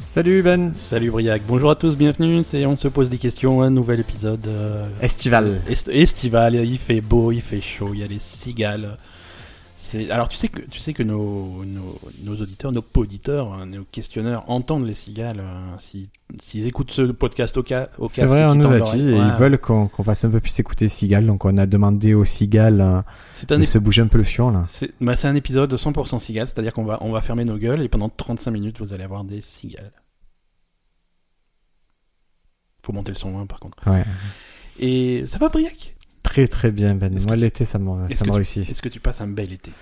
Salut Ben Salut Briac, bonjour à tous, bienvenue, c'est On se pose des questions, un nouvel épisode euh, Estival. est- estival, il fait beau, il fait chaud, il y a les cigales. C'est- Alors tu sais que, tu sais que nos, nos, nos auditeurs, nos poditeurs, hein, nos questionneurs entendent les cigales, hein, s'ils s'ils écoutent ce podcast au, ca- au C'est casque. vrai, on qui nous tend a l'oreille. dit, et Ouais. ils veulent qu'on qu'on fasse un peu plus écouter Cigale, donc on a demandé aux Cigales euh, C'est un, de ép- se bouger un peu le fion là. c'est- bah, c'est un épisode 100% cigales, c'est-à-dire qu'on va, on va fermer nos gueules et pendant 35 minutes vous allez avoir des cigales. Faut monter le son hein, par contre. Ouais. Et ça va Briac Très très bien Ben, Est-ce moi que- l'été ça m'a est-ce ça que m'a tu- réussi. Est-ce que tu passes un bel été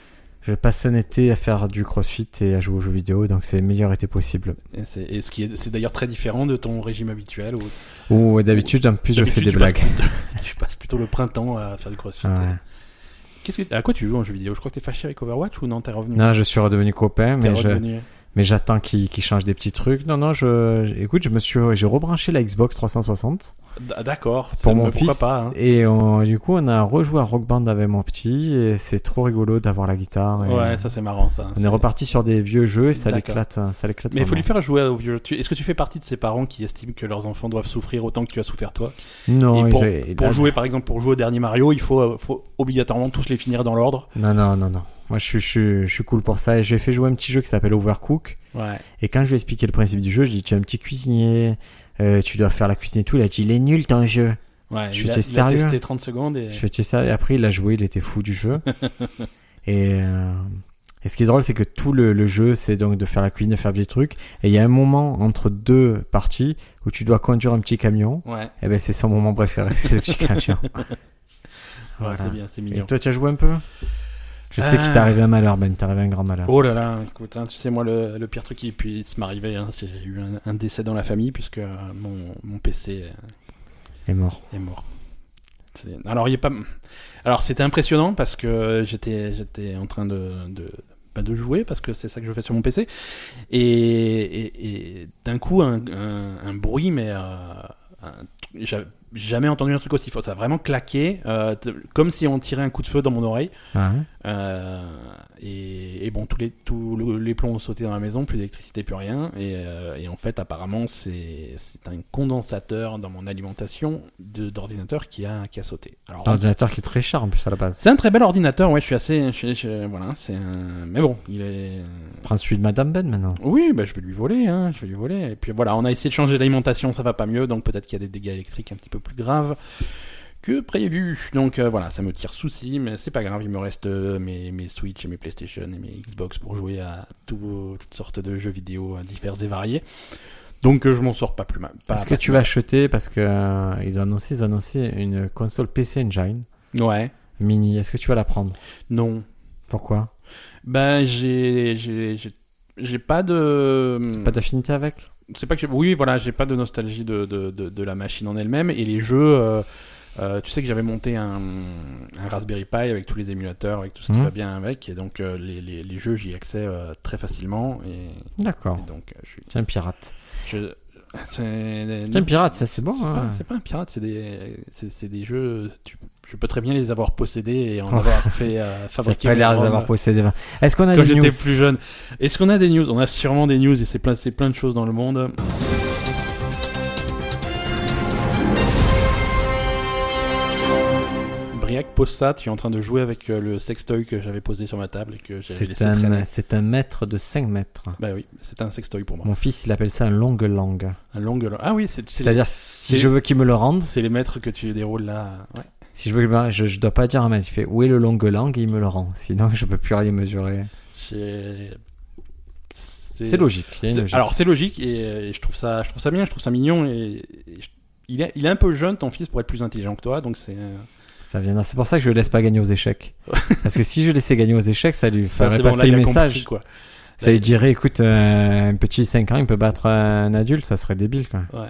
Je passe un été à faire du crossfit et à jouer aux jeux vidéo, donc c'est le meilleur été possible. Et c'est et ce qui est, c'est d'ailleurs très différent de ton régime habituel où Ou d'habitude, en plus je fais d'habitude, des tu passes blagues. plutôt- tu passes plutôt le printemps à faire du crossfit. Ouais. Qu'est-ce que, à quoi tu joues en jeu vidéo Je crois que t'es fâché avec Overwatch ou non T'es revenu Non, je suis redevenu copain, T'es mais je- redevenu. mais j'attends qu'ils qu'ils changent des petits trucs. Non, non, je, écoute, je me suis, j'ai rebranché la Xbox 360. D- D'accord. ça pour me- mon pourquoi fils. pas hein. Et on- du coup, on a rejoué à Rock Band avec mon petit. Et c'est trop rigolo d'avoir la guitare. et- Ouais, ça c'est marrant ça. on est C'est- reparti sur des vieux jeux et ça D'accord. l'éclate. hein, Ça l'éclate. Mais il faut lui vraiment. faire jouer au vieux. Tu- Est-ce que tu fais partie de ces parents qui estiment que leurs enfants doivent souffrir autant que tu as souffert toi Non, Et ils- pour, ils- pour là- jouer par exemple pour jouer au dernier Mario, il faut, euh, faut obligatoirement tous les finir dans l'ordre. Non, non, non, non. Moi, je suis, je, suis- je suis cool pour ça. Et j'ai fait jouer un petit jeu qui s'appelle Overcook. Ouais. Et quand je lui ai expliqué le principe du jeu, je lui ai dit Tu es un petit cuisinier. euh, tu dois faire la cuisine et tout. Il a dit Il est nul ton jeu. Ouais. Je il a- suis il a sérieux. testé 30 secondes et. Je fais tiens, ça. Et après, il a joué, il était fou du jeu. et, euh, et ce qui est drôle, c'est que tout le, le jeu, c'est donc de faire la cuisine, de faire des trucs. Et il y a un moment entre deux parties où tu dois conduire un petit camion. Ouais. Et ben, c'est son moment préféré, c'est le petit camion. Ouais, Voilà. c'est bien, c'est Et mignon. toi, tu as joué un peu Je sais Ah. qu'il t'est arrivé un malheur, Ben. T'es arrivé un grand malheur. Oh là là, écoute, hein, tu sais, moi, le, le pire truc qui puisse m'arriver, hein, c'est que j'ai eu un, un décès dans la famille, puisque euh, mon, mon PC Il est mort. est mort. C'est- Alors, il est pas. Alors, c'était impressionnant parce que j'étais, j'étais en train de, de, bah, de jouer, parce que c'est ça que je fais sur mon PC. Et, et- et d'un coup, un, un- un bruit, mais. euh, un- j'avais jamais entendu un truc aussi fort. Ça a vraiment claqué, euh, t- comme si on tirait un coup de feu dans mon oreille. Ah, hein. Euh, et, et bon, tous les, tous le- les plombs ont sauté dans la maison, plus d'électricité, plus rien. Et, euh, et en fait, apparemment, c'est c'est un condensateur dans mon alimentation de- d'ordinateur qui a, qui a sauté. Alors, L'ordinateur qui est très cher en plus à la base. c'est un très bel ordinateur, ouais, je suis assez. je- je- voilà, c'est un. Mais bon, il est. Prends celui de Madame Ben maintenant. Oui, bah, je vais lui voler, hein, je vais lui voler. Et puis voilà, on a essayé de changer l'alimentation, ça va pas mieux, donc peut-être qu'il y a des dégâts électriques un petit peu plus graves que prévu. Donc euh, voilà, ça me tire souci, mais c'est pas grave, il me reste euh, mes, mes Switch et mes PlayStation et mes Xbox pour jouer à tout- toutes sortes de jeux vidéo euh, divers et variés. Donc euh, je m'en sors pas plus mal. pas- Est-ce que pas tu si vas mal. acheter Parce que euh, ils ont annoncé, ils ont annoncé une console PC Engine Ouais, mini. Est-ce que tu vas la prendre non. Pourquoi Ben j'ai. j'ai- j'ai- J'ai pas de. Pas d'affinité avec c'est pas que j'ai- oui voilà j'ai pas de nostalgie de, de, de, de la machine en elle-même et les jeux euh, euh, tu sais que j'avais monté un, un Raspberry Pi avec tous les émulateurs avec tout ce qui Mhm. va bien avec et donc euh, les, les, les jeux j'y ai accès euh, très facilement et, D'accord. et donc euh, je suis Tiens, pirate. je- c'est Tiens, pirate, ça c'est bon. c'est hein. pas, c'est pas un pirate c'est des c'est c'est des jeux tu, je peux très bien les avoir possédés et en Oh. avoir fait euh, T'as fabriquer pas l'air moi-même d'avoir possédé. Est-ce qu'on a quand des Ah, news j'étais plus jeune est-ce qu'on a des news on a sûrement des news et c'est plein c'est plein de choses dans le monde Briac pose ça, tu es en train de jouer avec euh, le sextoy que j'avais posé sur ma table et que j'avais C'est laissé traîner. un, c'est un mètre de 5 mètres. Bah oui, c'est un sextoy pour moi. Mon fils, il appelle ça un longue langue. Un long gueuleur. Ah oui, c'est c'est les, C'est-à-dire, si je veux qu'il me le rende, c'est les maîtres que tu déroules là. Ouais. si je veux, qu'il me- je, je dois pas dire un mètre. Il fait où est le longue langue, il me le rend. Sinon, je peux plus rien mesurer. C'est c'est- C'est logique. il y a une C'est- logique. Alors c'est logique et, euh, et je trouve ça, je trouve ça bien, je trouve ça mignon et, et je- il, est, il est un peu jeune ton fils pour être plus intelligent que toi, donc c'est. euh, Ça viendra. C'est pour ça que je le laisse pas gagner aux échecs. Parce que si je laissais gagner aux échecs, ça lui ça, ferait c'est bon, là, passer il le a message. compris, quoi. Ça lui dirait, écoute, euh, un petit 5 ans, il peut battre un adulte, ça serait débile, quoi. Ouais.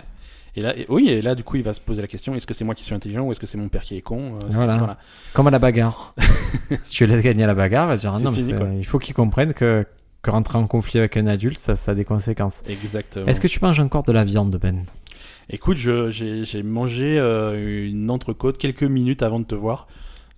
Et là, et- oui, et là du coup il va se poser la question est-ce que c'est moi qui suis intelligent ou est-ce que c'est mon père qui est con Euh, c'est- Voilà. Comme à la bagarre. si tu le laisses gagner à la bagarre, il va se dire, ah C'est non, mais fini, c'est- quoi. il faut qu'il comprenne que, que rentrer en conflit avec un adulte, ça, ça a des conséquences. Exactement. Est-ce que tu manges encore de la viande, Ben Écoute, je- j'ai j'ai mangé euh, une entrecôte quelques minutes avant de te voir.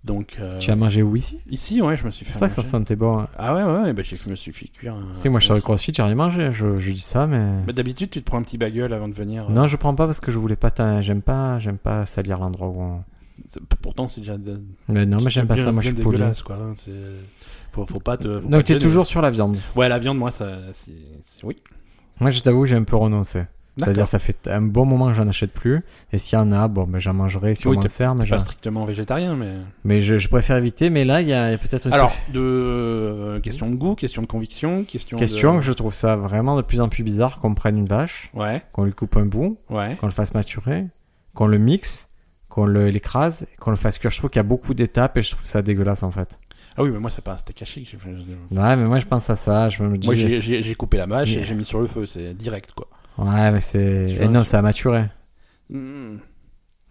Donc, euh, Tu as mangé au ici ici, ouais, je me suis fait. C'est pour ça que ça manger. sentait bon. Ah ouais, ouais, ouais, bah, j'ai- je me suis fait cuire. un- C'est moi, je suis le un- crossfit, j'ai rien mangé. Je, je dis ça, mais. Bah, D'habitude, tu te prends un petit bagel avant de venir. euh, Non, je prends pas parce que je voulais pas. ta- J'aime pas, j'aime pas salir l'endroit où on. euh, c'est- Pourtant, c'est déjà. de- Mais non, mais c'est j'aime pas bien- ça. Moi, je bien suis poli. dégueulasse, quoi. hein, c'est- Faut, faut pas te. faut pas Donc, te t'es gêner. toujours sur la viande. Ouais, la viande, moi, ça. c'est- c'est- Oui. Moi, je t'avoue, j'ai un peu renoncé. C'est-à-dire, D'accord. ça fait un bon moment que j'en achète plus. Et s'il y en a, bon, ben, j'en mangerai si Oui, on m'en sert. Mais, Pas j'en- strictement végétarien, mais. mais je, je préfère éviter. Mais là, il y a, il y a peut-être une Alors, de euh, question de goût, question de conviction, question. de- question que je trouve ça vraiment de plus en plus bizarre qu'on prenne une vache, Ouais, qu'on lui coupe un bout, ouais. qu'on le fasse maturer, qu'on le mixe, qu'on le- l'écrase, qu'on le fasse cuire. Je trouve qu'il y a beaucoup d'étapes et je trouve ça dégueulasse en fait. Ah oui, mais moi, c'est pas. C'était caché. que j'ai fait- Ouais, mais moi je pense à ça. Je me dis. Moi, j'ai- j'ai j'ai coupé la vache Mais- et j'ai mis sur le feu. C'est direct, quoi. Ouais, mais c'est. Tu Et vois, non, tu- ça a maturé. Hmm.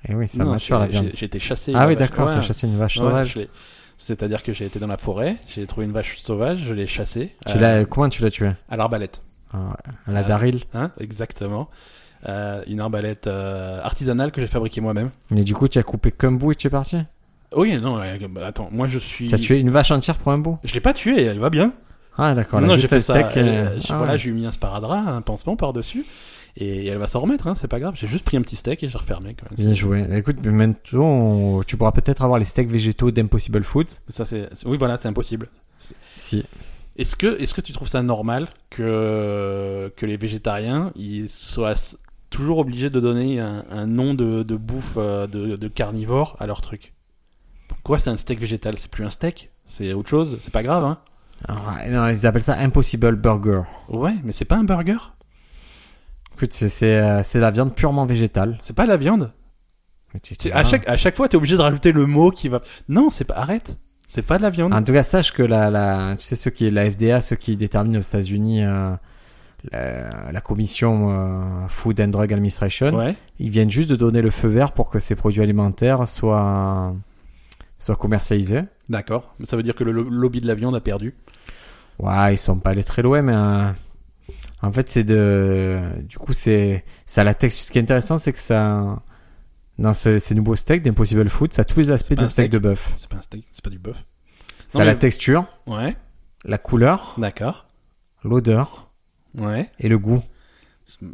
Et oui, ça Non, mature j'ai- la viande. j'ai- J'ai été chassé. Ah la oui, vache. d'accord, Ouais. tu as chassé une vache Ouais, sauvage. je l'ai- C'est-à-dire que j'ai été dans la forêt, j'ai trouvé une vache sauvage, je l'ai chassée. Tu euh, l'as... Comment tu l'as tuée À l'arbalète. Ah, À la Euh, Daryl. Hein Exactement. Euh, une arbalète euh, artisanale que j'ai fabriquée moi-même. Mais du coup, tu as coupé qu'un bout et tu es parti Oui, non, euh, bah, attends, moi je suis. Tu as tué une vache entière pour un bout Je l'ai pas tuée, elle va bien. Ah, d'accord. non, là, non, j'ai juste fait le ça. steak. euh, euh, je- ah, voilà, ouais. j'ai mis un sparadrap, un pansement par-dessus, et elle va s'en remettre, hein, c'est pas grave. J'ai juste pris un petit steak et j'ai refermé. Quand même. Bien joué. Écoute, mais maintenant, on- tu pourras peut-être avoir les steaks végétaux d'Impossible Food. Ça, c'est... c'est- Oui, voilà, c'est impossible. Si. Est-ce que, est-ce que tu trouves ça normal que, que les végétariens ils soient s- toujours obligés de donner un, un nom de, de bouffe euh, de, de carnivore à leur truc Pourquoi c'est un steak végétal C'est plus un steak C'est autre chose C'est pas grave, hein Alors, euh, non, ils appellent ça Impossible Burger. Ouais, mais c'est pas un burger Écoute, c'est, c'est, euh, c'est la viande purement végétale. C'est pas de la viande Mais tu- C'est- tu à, vois. chaque, à chaque fois, t'es obligé de rajouter le mot qui va. Non, c'est pas. Arrête C'est pas de la viande En tout cas, sache que la, la, tu sais, ceux qui, la FDA, ceux qui déterminent aux États-Unis euh, la, la commission euh, Food and Drug Administration, Ouais. ils viennent juste de donner le feu vert pour que ces produits alimentaires soient, soient commercialisés. D'accord. Ça veut dire que le lo- lobby de la viande a perdu. Ouais, ils sont pas allés très loin, mais euh, en fait, c'est de. Du coup, c'est. Ça la texte. Ce qui est intéressant, c'est que ça. Dans ce- ces nouveaux steaks d'Impossible Food, ça a tous les aspects pas d'un un steak, steak. de bœuf. C'est pas un steak, c'est pas du bœuf. Ça Non, a la mais- texture, Ouais. la couleur, D'accord. l'odeur Ouais. et le goût. C'est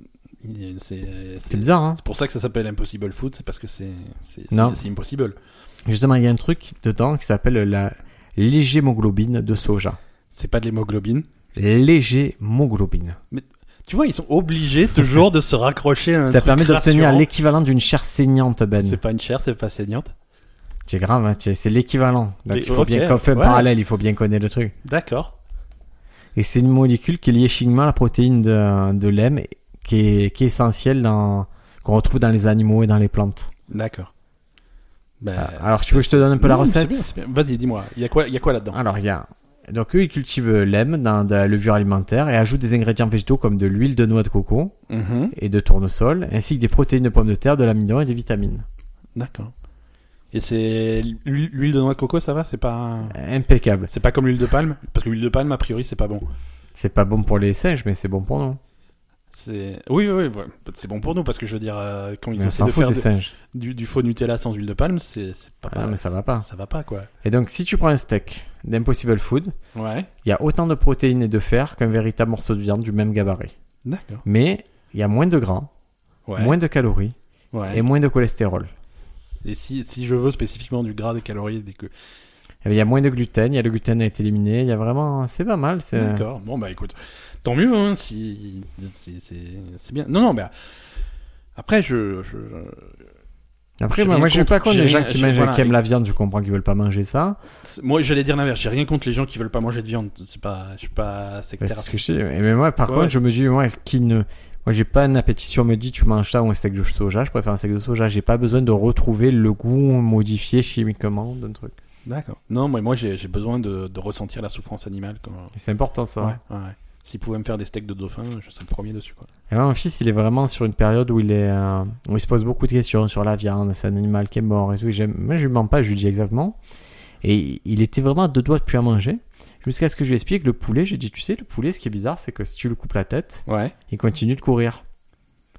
il- c'est- euh, C'est c'est- bizarre, hein c'est pour ça que ça s'appelle Impossible Food, c'est parce que c'est c'est- Non. c'est- c'est impossible. Justement, il y a un truc dedans qui s'appelle la légémoglobine de soja. C'est pas de l'hémoglobine. Légémoglobine. Tu vois, ils sont obligés toujours de se raccrocher à un Ça truc permet d'obtenir rassurant. l'équivalent d'une chair saignante, C'est Ben. pas une chair, c'est pas saignante. C'est grave, hein, c'est c'est l'équivalent. Donc Les- il faut ok, bien qu'on fait un ouais. parallèle, il faut bien connaître le truc. D'accord. Et c'est une molécule qui est liée chimiquement à la protéine de, de l'hème, et qui est, qui est essentielle dans qu'on retrouve dans les animaux et dans les plantes. D'accord. Ben, Alors, tu veux que Ah, je te donne un peu la non, mais c'est recette bien, c'est bien. Vas-y, dis-moi. Il y a quoi, il y a quoi là-dedans Alors, il y a. Donc, eux, ils cultivent l'hème dans de la levure alimentaire et ajoutent des ingrédients végétaux comme de l'huile de noix de coco Mhm. et de tournesol, ainsi que des protéines de pommes de terre, de l'amidon et des vitamines. D'accord. Et c'est l'huile l'huile de noix de coco, ça va C'est pas Impeccable. c'est pas comme l'huile de palme Parce que l'huile de palme, a priori, c'est pas bon. C'est pas bon pour les singes, mais c'est bon pour nous. C'est oui, oui, oui, ouais. c'est bon pour nous parce que je veux dire euh, quand ils Mais on essaient s'en de fout faire des de- singes. du, du faux Nutella sans huile de palme, c'est c'est pas, Ah, mais ça va pas. ça va pas quoi. Et donc, si tu prends un steak d'Impossible Food, Ouais, il y a autant de protéines et de fer qu'un véritable morceau de viande du même gabarit. d'accord. mais il y a moins de gras, Ouais. moins de calories ouais. et moins de cholestérol. Et, si, si je veux spécifiquement du gras, des calories, des que. Et Il y a moins de gluten, il y a le gluten est éliminé, il y a vraiment, c'est pas mal. C'est... D'accord. Bon bah écoute, tant mieux. Hein, si si- c'est c'est bien. Non non, bah après je, je- je- Après, J'ai moi, rien moi, je suis contre, pas contre j'ai les gens rien- qui, j'ai- mangent- voilà, qui aiment et- la viande, je comprends qu'ils veulent pas manger ça. c'est- moi j'allais dire l'inverse. J'ai rien contre les gens qui veulent pas manger de viande. C'est pas je suis pas Mais sectaire. c'est ce que je dis. Et Mais moi, par Ouais. contre, je me dis, moi, qui ne, moi, j'ai pas un appétit si on me dit tu manges ça ou un steak de soja. Je préfère un steak de soja. J'ai pas besoin de retrouver le goût modifié chimiquement d'un truc. D'accord. Non mais moi j'ai j'ai besoin de, de ressentir la souffrance animale. Comme... Et C'est important ça. Ouais, ouais. S'ils pouvaient me faire des steaks de dauphin, je serais le premier dessus quoi. Et moi, mon fils, il est vraiment sur une période où il est, euh, où il se pose beaucoup de questions sur la viande, c'est un animal qui est mort et tout. Et j'aime- moi, je lui mens pas, je lui dis exactement. Et il était vraiment à deux doigts de plus à manger. Jusqu'à ce que je lui explique le poulet, j'ai dit, tu sais, le poulet, ce qui est bizarre, c'est que si tu lui coupes la tête, Ouais. il continue de courir.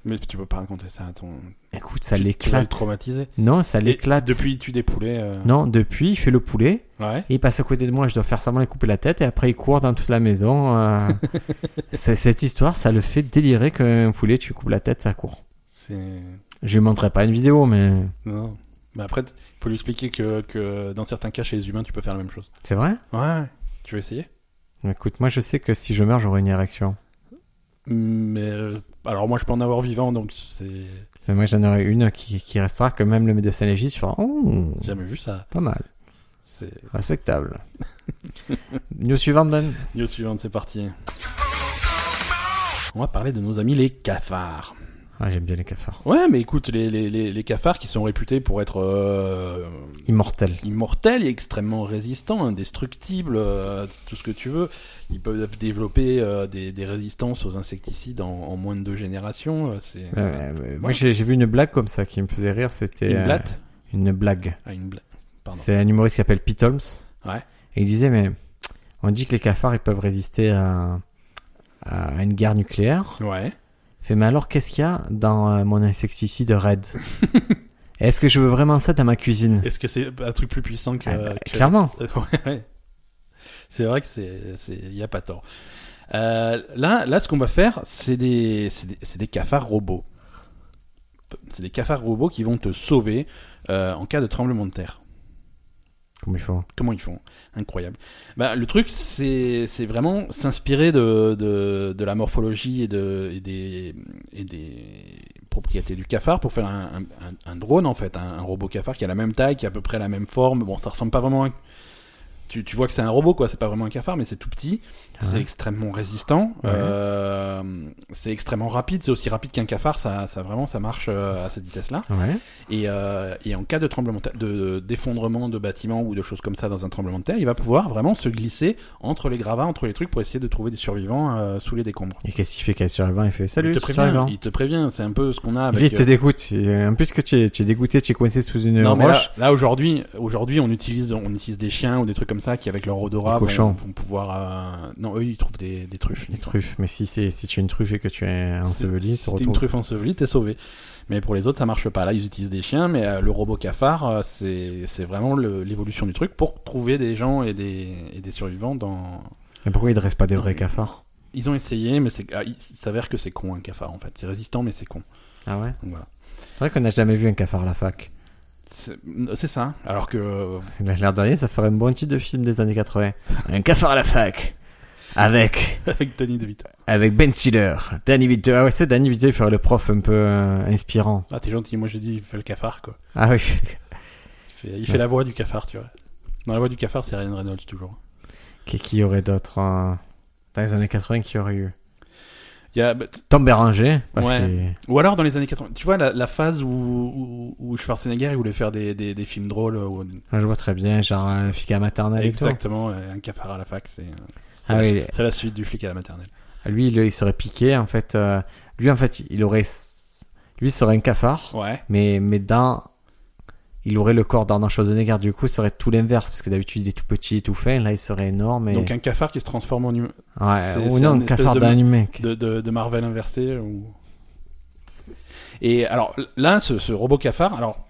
Mais tu peux pas raconter ça à ton. Écoute, ça tu- Tu vas le l'éclate. traumatiser. Non, ça l'éclate. Et Depuis, tu des poulets. euh, Non, depuis, il fait le poulet. Ouais. Et il passe à côté de moi, je dois faire semblant de lui couper la tête, et après il court dans toute la maison. euh, c'est- cette histoire, ça le fait délirer qu'un poulet, tu coupes la tête, ça court. C'est. Je lui montrerai pas une vidéo, mais Non. Mais après, t- faut lui expliquer que, que dans certains cas, chez les humains, tu peux faire la même chose. c'est vrai Ouais. Tu veux essayer Écoute, moi je sais que si je meurs, j'aurai une érection. Mais euh, alors moi, je peux en avoir vivant, donc c'est Mais moi j'en aurai une qui, qui restera que même le médecin légiste fera Oh, j'ai jamais vu ça. pas mal, C'est respectable. News suivante, Ben news suivante, c'est parti. On va parler de nos amis les cafards. Ah, j'aime bien les cafards. Ouais, mais écoute, les, les, les, les cafards qui sont réputés pour être euh, Immortel. immortels et extrêmement résistants, indestructibles, euh, tout ce que tu veux. Ils peuvent développer euh, des, des résistances aux insecticides en, en moins de deux générations. euh, C'est Ouais, ouais, ouais. Moi j'ai j'ai vu une blague comme ça qui me faisait rire, c'était une euh, blatte une blague. Ah, une blatte. Pardon. C'est un humoriste qui s'appelle Pete Holmes. Ouais. Et il disait, mais on dit que les cafards, ils peuvent résister à, à une guerre nucléaire. Ouais. Il Fait, mais alors, qu'est-ce qu'il y a dans euh, mon insecticide Red Est-ce que je veux vraiment ça dans ma cuisine Est-ce que c'est un truc plus puissant que. Ah, bah, que- Clairement. Ouais, ouais. C'est vrai que c'est, c'est, y a pas tort. Euh, là, là, ce qu'on va faire, c'est des, c'est des, c'est des cafards robots. C'est des cafards robots qui vont te sauver euh, en cas de tremblement de terre. Comme il faut. Comment ils font Incroyable. Bah, le truc, c'est, c'est vraiment s'inspirer de, de, de la morphologie et, de, et, des, et des propriétés du cafard pour faire un, un- un- un drone, en fait, un, un robot cafard qui a la même taille, qui a à peu près la même forme. Bon, ça ressemble pas vraiment à... Tu, tu vois que c'est un robot, quoi. C'est pas vraiment un cafard, mais c'est tout petit. C'est Ouais. extrêmement résistant. Ouais. Euh, c'est extrêmement rapide. C'est aussi rapide qu'un cafard. Ça, ça vraiment, ça marche euh, à cette vitesse-là. Ouais. Et, euh, et en cas de tremblement de- de d'effondrement de bâtiments ou de choses comme ça dans un tremblement de terre, il va pouvoir vraiment se glisser entre les gravats, entre les trucs pour essayer de trouver des survivants euh, sous les décombres. Et qu'est-ce qu'il fait quand il survivant Il fait salut, il te tu prévient, survivant. il te prévient, c'est un peu ce qu'on a avec Lui, il te euh, dégoûte. Il- En plus que tu es, tu es dégoûté, tu es coincé sous une Non, mais là, roche. là, aujourd'hui, aujourd'hui, on utilise, on utilise des chiens ou des trucs comme ça qui, avec leur odorat, Des vont, cochons. vont pouvoir. euh, Non, eux, ils trouvent des, des truffes. Les truffes. Mais si, c'est- si tu es une truffe et que tu es enseveli, Si tu t'es une retrouves. truffe ensevelie, t'es sauvé. Mais pour les autres, ça marche pas. Là, ils utilisent des chiens, mais euh, le robot cafard, euh, c'est c'est vraiment le- l'évolution du truc pour trouver des gens et des, et des survivants dans. Mais pourquoi il ne reste pas des vrais cafards Ils ont essayé, mais c'est ah, il s'avère que c'est con un cafard en fait. C'est résistant, mais c'est con. Ah ouais Donc voilà. C'est vrai qu'on n'a jamais vu un cafard à la fac. C'est euh, c'est ça. Alors que euh, L'air dernier, ça ferait un bon titre de film des années 80. Un cafard à la fac. Avec, avec Tony DeVito. avec Ben Stiller. Danny Vito. Ah ouais, c'est Danny Vito, il ferait le prof un peu euh, inspirant. Ah t'es gentil. Moi j'ai dit il fait le cafard quoi. Ah oui. Il fait, il Ouais. fait la voix du cafard, tu vois. Dans la voix du cafard, c'est Ryan Reynolds toujours. Qui, qui y aurait d'autres euh, dans les années 80 qui y aurait eu Il y a, bah, t- Tom Béranger. Parce Ouais. ou alors dans les années 80, tu vois la, la phase où, où, où Schwarzenegger il voulait faire des, des, des films drôles. euh, Où, que je vois très bien, genre un flic à maternelle et exactement, euh, un cafard à la fac, c'est c'est la, Ah oui. c'est la suite du flic à la maternelle. tout. Lui, il, il serait piqué, en fait. euh, lui, en fait, il aurait. Lui serait un cafard. Ouais. Mais, mais dans. Il aurait le corps d'Arnold Schwarzenegger, du coup, serait tout l'inverse, parce que d'habitude, il est tout petit, tout fin, là, il serait énorme. Et... Donc un cafard qui se transforme en humain Ouais, C'est- ou c'est un non, espèce cafard de- d'un mec. de, de, de Marvel inversé. Ou... Et alors là, ce, ce robot cafard, alors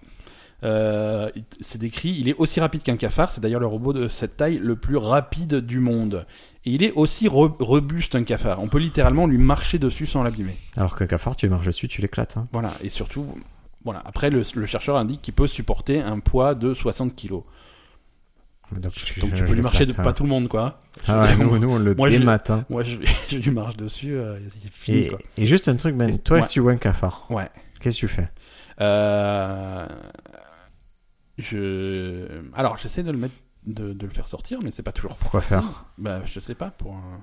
euh, il- c'est décrit, il est aussi rapide qu'un cafard. C'est d'ailleurs le robot de cette taille le plus rapide du monde. Et il est aussi re- robuste un cafard. On peut littéralement lui marcher dessus sans l'abîmer. Alors que cafard, tu marches dessus, tu l'éclates. hein. Voilà, et surtout, voilà. Après, le, le chercheur indique qu'il peut supporter un poids de 60 kilos. Donc, tu, Donc je tu peux lui marcher de l'éclate, pas tout le monde, quoi. ouais. Ah ouais, nous, nous, on le Moi, je l'ai- démate. hein. Moi, je, je lui marche dessus, euh, c'est fini, Et, quoi. et juste un truc, Ben, Et- toi, ouais. si tu vois un cafard, Ouais. qu'est-ce que tu fais Euh, je. Alors, j'essaie de le mettre, de, de le faire sortir, mais c'est pas toujours. Pourquoi facile. faire Bah, je sais pas. Pour. un-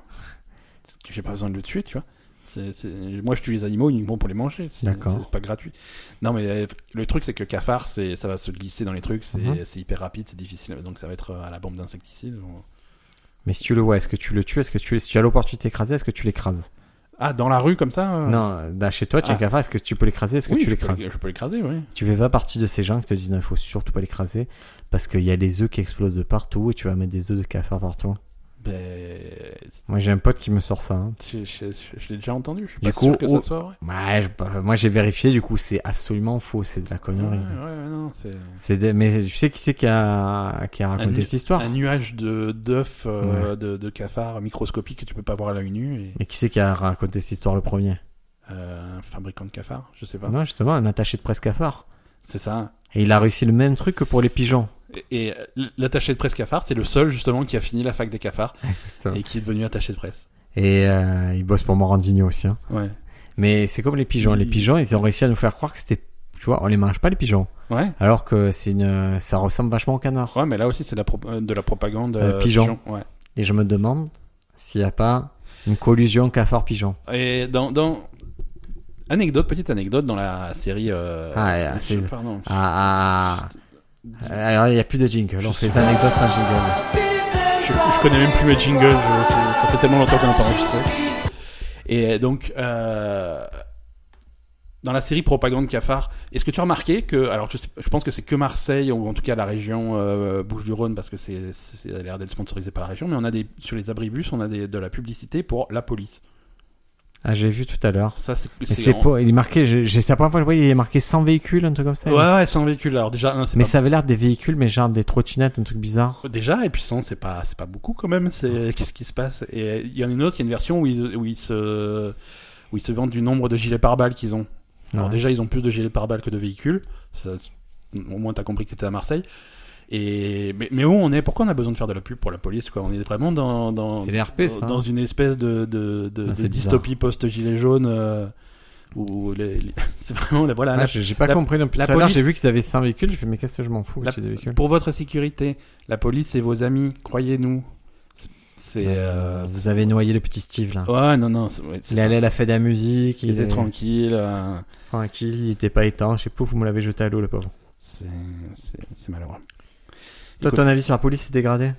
c'est que J'ai pas besoin de le tuer, tu vois. C'est- c'est- Moi, je tue les animaux uniquement pour les manger. C'est D'accord. c'est pas gratuit. Non, mais euh, le truc, c'est que cafard, c'est ça va se glisser dans les trucs. C'est Mhm. c'est hyper rapide, c'est difficile. Donc, ça va être euh, à la bombe d'insecticide. Mais si tu le vois, est-ce que tu le tues Est-ce que tu, si tu as l'opportunité d'écraser, est-ce que tu l'écrases Ah, dans la rue comme ça euh, Non, là, chez toi, tu as Ah. un cafard, est-ce que tu peux l'écraser Est-ce que oui, tu je peux- l'écrases Je peux l'écraser, oui. Tu fais pas partie de ces gens qui te disent non, il faut surtout pas l'écraser parce qu'il y a les œufs qui explosent de partout et tu vas mettre des œufs de cafard partout. ben, Moi, j'ai un pote qui me sort ça. hein. je, je- je- je l'ai déjà entendu. Je suis Du pas coup, sûr que ça où- soit vrai. Ouais, je- bah, moi, j'ai vérifié, du coup, c'est absolument faux, c'est de la Ouais, Ah ouais, connerie. ouais, non, c'est C'est des- Mais tu sais qui c'est qui a... qui a raconté nu- cette histoire un nuage de d'œufs euh, de, de cafards microscopiques que tu peux pas voir à l'œil nu et Et qui c'est qui a raconté cette histoire le premier euh, un fabricant de cafards, je sais pas. Non, justement, un attaché de presse cafard. C'est ça. Et il a réussi le même truc que pour les pigeons. Et, et, euh, l'attaché de presse cafard, c'est le seul justement qui a fini la fac des cafards et qui est devenu attaché de presse. Et euh, il bosse pour Morandino aussi. hein. Ouais. Mais c'est comme les pigeons. Les Il- pigeons, ils ont réussi à nous faire croire que c'était. Tu vois, on les mange pas, les pigeons. Ouais. Alors que c'est une... ça ressemble vachement au canard. Ouais, mais là aussi c'est de la pro- euh, de la propagande Euh, euh, pigeon. Ouais. Et je me demande s'il n'y a pas une collusion cafard-pigeon. Et dans, dans- anecdote, petite anecdote dans la série. euh, Ah, ouais, je sais c'est- pas, non. Ah, ah, ah. Alors, il n'y a plus de jingle. On fait des anecdotes sans jingle. Je, je connais même plus mes jingles, je- ça ça fait tellement longtemps qu'on n'a pas enregistré. Et donc, euh, dans la série Propagande Cafard, est-ce que tu as remarqué que, alors je, sais- je pense que c'est que Marseille, ou en tout cas la région euh, Bouches-du-Rhône, parce que c'est, c'est, ça a l'air d'être sponsorisé par la région, mais on a des, sur les abribus, on a des, de la publicité pour la police. Ah, j'ai vu tout à l'heure. Ça, c'est, Mais c'est en- pas- il est marqué, j'ai- j'ai- c'est la première fois que je vois, il est marqué 100 véhicules, un truc comme ça. Ouais, ouais, sans véhicule. Alors déjà, un, c'est mais pas ça avait l'air des véhicules, mais genre des trottinettes, un truc bizarre. Déjà, et puis sans, c'est pas, c'est pas beaucoup quand même. C'est qu'est-ce qui se passe Et il y en a une autre, il y a une version où ils, où ils se, où ils se vendent du nombre de gilets pare-balles qu'ils ont. Alors Ouais. déjà, ils ont plus de gilets pare-balles que de véhicules. Ça, au moins, t'as compris que t'étais à Marseille. Et mais, mais où on est Pourquoi on a besoin de faire de la pub pour la police quoi On est vraiment dans dans, C'est les RP, ça. hein. dans, dans une espèce de, de, de, Ah, de c'est bizarre. dystopie post-gilet jaune euh, où les- les- c'est vraiment la, voilà Ah, la- j'ai j'ai pas la- compris. Donc, tout la à l'heure, police- j'ai vu qu'ils avaient 100 véhicules. Je fais, mais qu'est-ce que je m'en fous La- j'ai des véhicules pour votre sécurité, la police et vos amis, croyez-nous. C'est- C'est. Euh, euh, Vous avez noyé le petit Steve, là. Ouais, non, non. c'est- ouais, c'est il ça. allait à la fête de la musique. Il était tranquille. euh, tranquille. Il était pas étanche. Et pouf, vous me l'avez jeté à l'eau, le pauvre. c'est- C'est c'est malheureux. Toi, Écoute, ton avis sur la police, c'est dégradé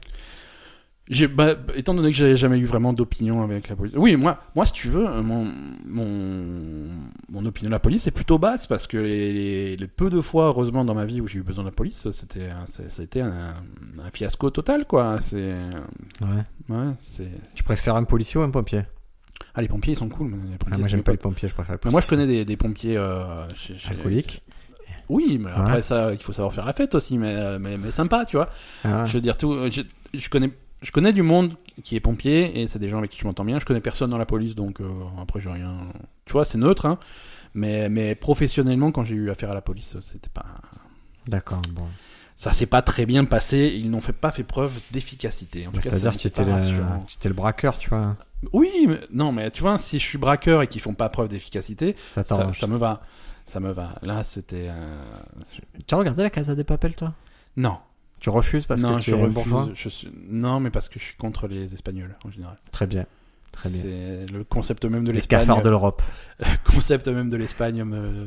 j'ai- bah, étant donné que j'avais jamais eu vraiment d'opinion avec la police. Oui, moi, moi si tu veux, euh, mon, mon, mon opinion de la police est plutôt basse parce que les, les- les peu de fois, heureusement, dans ma vie où j'ai eu besoin de la police, c'était un- c'est- c'était un, un fiasco total, quoi. C'est. Ouais. Ouais, c'est. Tu préfères un policier ou un pompier Ah, les pompiers, ils sont cool. mais les Ah, pompiers, Moi, c'est j'aime mes pas potes. les pompiers, je préfère les Mais moi, policiers. je connais des, des pompiers euh, chez- chez- Alcoolique. Oui, mais après Ouais. ça, il faut savoir faire la fête aussi, mais, euh, mais, mais sympa, tu vois. Ah, Je veux dire, tout, euh, je, je connais, je connais du monde qui est pompier et c'est des gens avec qui je m'entends bien. Je connais personne dans la police, donc euh, après j'ai rien. Tu vois, c'est neutre, hein. Mais, mais professionnellement, quand j'ai eu affaire à la police, c'était pas, D'accord, bon. Bah, ça s'est pas très bien passé. Ils n'ont fait pas fait preuve d'efficacité. En tout cas, C'est-à-dire ça que tu n'était étais, pas le... rassurant. tu étais le braqueur, tu vois. Oui, mais- non, mais tu vois, si je suis braqueur et qu'ils font pas preuve d'efficacité, Ça ça, t'arrange. ça me va. Ça me va. Là, c'était. euh, Tu as regardé la Casa des Papel, toi Non. Tu refuses parce non, que tu je es refuse. bourgeois Je suis... Non, mais parce que je suis contre les Espagnols en général. Très bien. Très bien. C'est le concept même de Les l'Espagne. euh, cafards de l'Europe. Le concept même de l'Espagne me.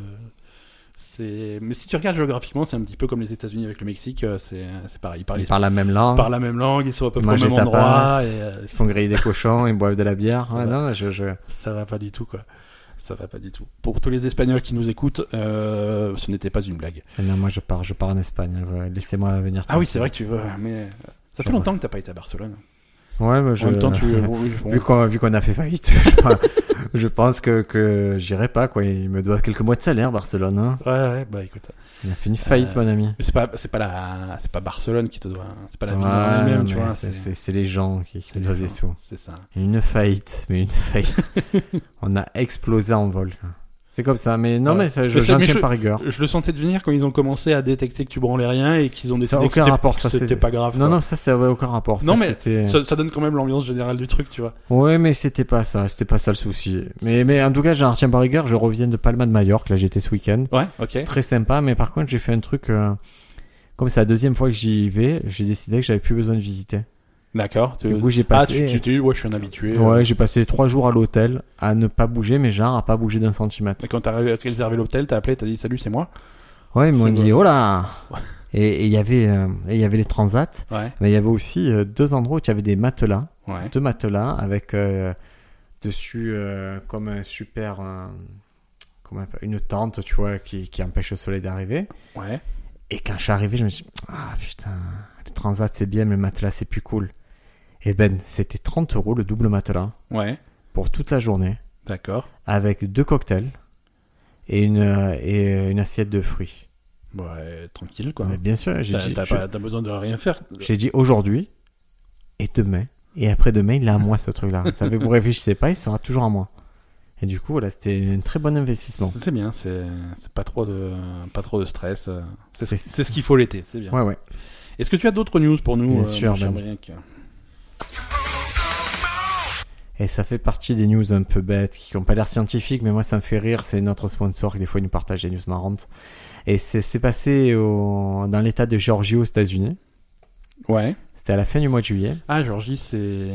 C'est. Mais si tu regardes géographiquement, c'est un petit peu comme les États-Unis avec le Mexique. euh, C'est c'est pareil. Ils parlent, Ils parlent la même langue. ils parlent la même langue. Ils sont à peu Ils près au mangent même des endroit. tapas. Et, euh, Ils font griller des cochons, ils boivent de la bière. Ça Ouais, va. non, je, je... Ça va pas du tout, quoi. Ça va pas du tout. Pour tous les Espagnols qui nous écoutent, euh, ce n'était pas une blague. Ah Non, moi je pars, je pars en Espagne. ouais. Laissez-moi venir. Ah oui, c'est vrai que tu veux. Mais ça fait Je longtemps que t'as pas été à Barcelone. Ouais, mais je... En même temps, tu. bon, oui, bon. Vu qu'on vu qu'on a fait faillite, je pense- je pense que que j'irai pas quoi. Il me doit quelques mois de salaire Barcelone. Hein. Ouais, ouais, bah écoute. Il a fait une faillite Euh, mon ami. Mais c'est pas c'est pas la c'est pas Barcelone qui te doit hein. c'est pas la ville Ouais, en elle-même tu mais vois c'est- c'est c'est les gens qui, qui c'est nous les doivent des gens, sous. c'est ça Une faillite, mais une faillite. On a explosé en vol. C'est comme ça, mais non, Ouais. mais ça, je Mais c'est- j'en mais tiens je- par rigueur. je le sentais devenir quand ils ont commencé à détecter que tu branlais rien et qu'ils ont Ça a décidé que aucun c'était- rapport, ça, c'est- c'était pas grave Non, quoi. non, ça, ça avait aucun rapport. Non, ça, mais c'était- ça, ça donne quand même l'ambiance générale du truc tu vois Ouais, mais c'était pas ça, c'était pas ça le souci. Mais, mais en tout cas, j'en retiens par rigueur, je reviens de Palma de Majorque, là j'étais ce week-end. ouais ok Très sympa, mais par contre, j'ai fait un truc. euh, Comme c'est la deuxième fois que j'y vais, j'ai décidé que j'avais plus besoin de visiter. d'accord tu- Du coup, j'ai ah tu passé. tu t'es dit ouais je suis un habitué euh. Ouais, j'ai passé trois jours à l'hôtel à ne pas bouger, mais genre à pas bouger d'un centimètre. Et quand t'as ré- réservé l'hôtel t'as appelé t'as dit salut c'est moi Ouais, ils m'ont C'est dit, bon. oh là Ouais. Et et il y avait, euh, et il y avait les transats, ouais mais il y avait aussi euh, deux endroits où il y avait des matelas, ouais deux matelas avec euh, dessus euh, comme un super, euh, comment on appelle- une tente, tu vois, qui, qui empêche le soleil d'arriver. ouais Et quand je suis arrivé, je me suis dit, ah putain, les transats c'est bien, mais le matelas c'est plus cool. Et ben, c'était 30 euros le double matelas Ouais, pour toute la journée, d'accord. avec deux cocktails et une, euh, et une assiette de fruits. Ouais, tranquille, quoi. Mais bien sûr, j'ai T'as dit, t'as je- pas- t'as besoin de rien faire. j'ai dit aujourd'hui et demain. Et après-demain, il est à moi ce truc-là. Ça fait que vous réfléchissez pas, il sera toujours à moi. Et du coup, là, c'était un très bon investissement. C'est bien, c'est c'est pas trop de pas trop de stress. euh, C'est C'est- c'est ce qu'il faut l'été, c'est bien. Ouais, ouais. Est-ce que tu as d'autres news pour nous, Bien euh, sûr, mon cher Ben. Briac Et ça fait partie des news un peu bêtes qui n'ont pas l'air scientifiques, mais moi ça me fait rire. C'est notre sponsor qui des fois nous partage des news marrantes. Et c'est c'est passé au- dans l'état de Géorgie aux États-Unis. Ouais. C'était à la fin du mois de juillet. Ah, Georgie, c'est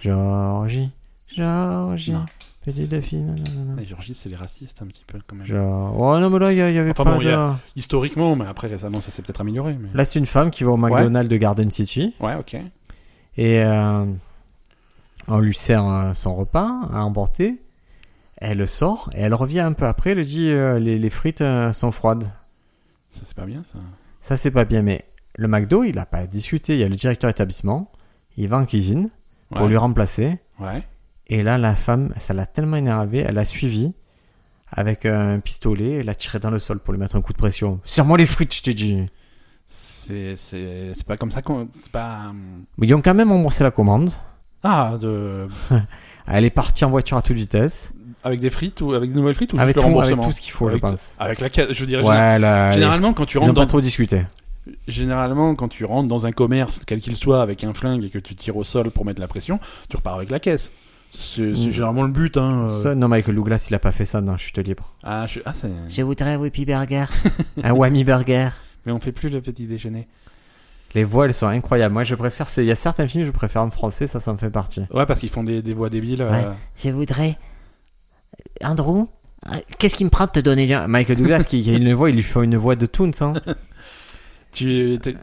Géorgie, Géorgie, Non. petite dauphine. nanana. Ah, Georgie, c'est les racistes un petit peu quand même. Genre... Oh non, mais là, il y, y avait Enfin pas bon, il y de. Historiquement, mais après récemment, ça s'est peut-être amélioré. Mais... Là, c'est une femme qui va au McDonald's de Garden City. Ouais, ok. Et euh, on lui sert euh, son repas à emporter. Elle le sort et elle revient un peu après. Elle dit euh, les, les frites euh, sont froides. Ça c'est pas bien ça. Ça, c'est pas bien. Mais le McDo, il n'a pas discuté. Il y a le directeur d'établissement. Il va en cuisine Ouais. pour lui remplacer. ouais. Et là, la femme, ça l'a tellement énervé. Elle l'a suivi avec un pistolet. Elle l'a tiré dans le sol pour lui mettre un coup de pression. Serre-moi les frites, je t'ai dit. C'est c'est c'est pas comme ça qu'on c'est pas hum, Mais ils ont quand même remboursé la commande. ah de Elle est partie en voiture à toute vitesse. avec des frites ou avec de nouvelles frites ou Avec juste le tout, avec remboursement tout ce qu'il faut, Avec- je pense. Avec laquelle je dirais général- Ouais, là, généralement quand tu ils ont rentres pas dans trop discuté. Généralement, quand tu rentres dans un commerce, quel qu'il soit, avec un flingue et que tu tires au sol pour mettre la pression, tu repars avec la caisse. C'est c'est Mm. généralement le but. Hein. euh. Ça, non, Michael Douglas, il a pas fait ça dans Chute Libre. Ah, je- ah, c'est- Je voudrais un Whippy Burger. Un Whammy Burger. mais on fait plus le petit déjeuner. Les voix, elles sont incroyables. Moi, je préfère. c'est- Il y a certains films que je préfère en français, ça, ça me fait partie. Ouais, parce qu'ils font des, des voix débiles. euh. Ouais. Je voudrais. Andrew euh, Qu'est-ce qui me prend de te donner là Michael Douglas, qui, qui a une voix, il lui fait une voix de Toons. Hein. Tu, t'es-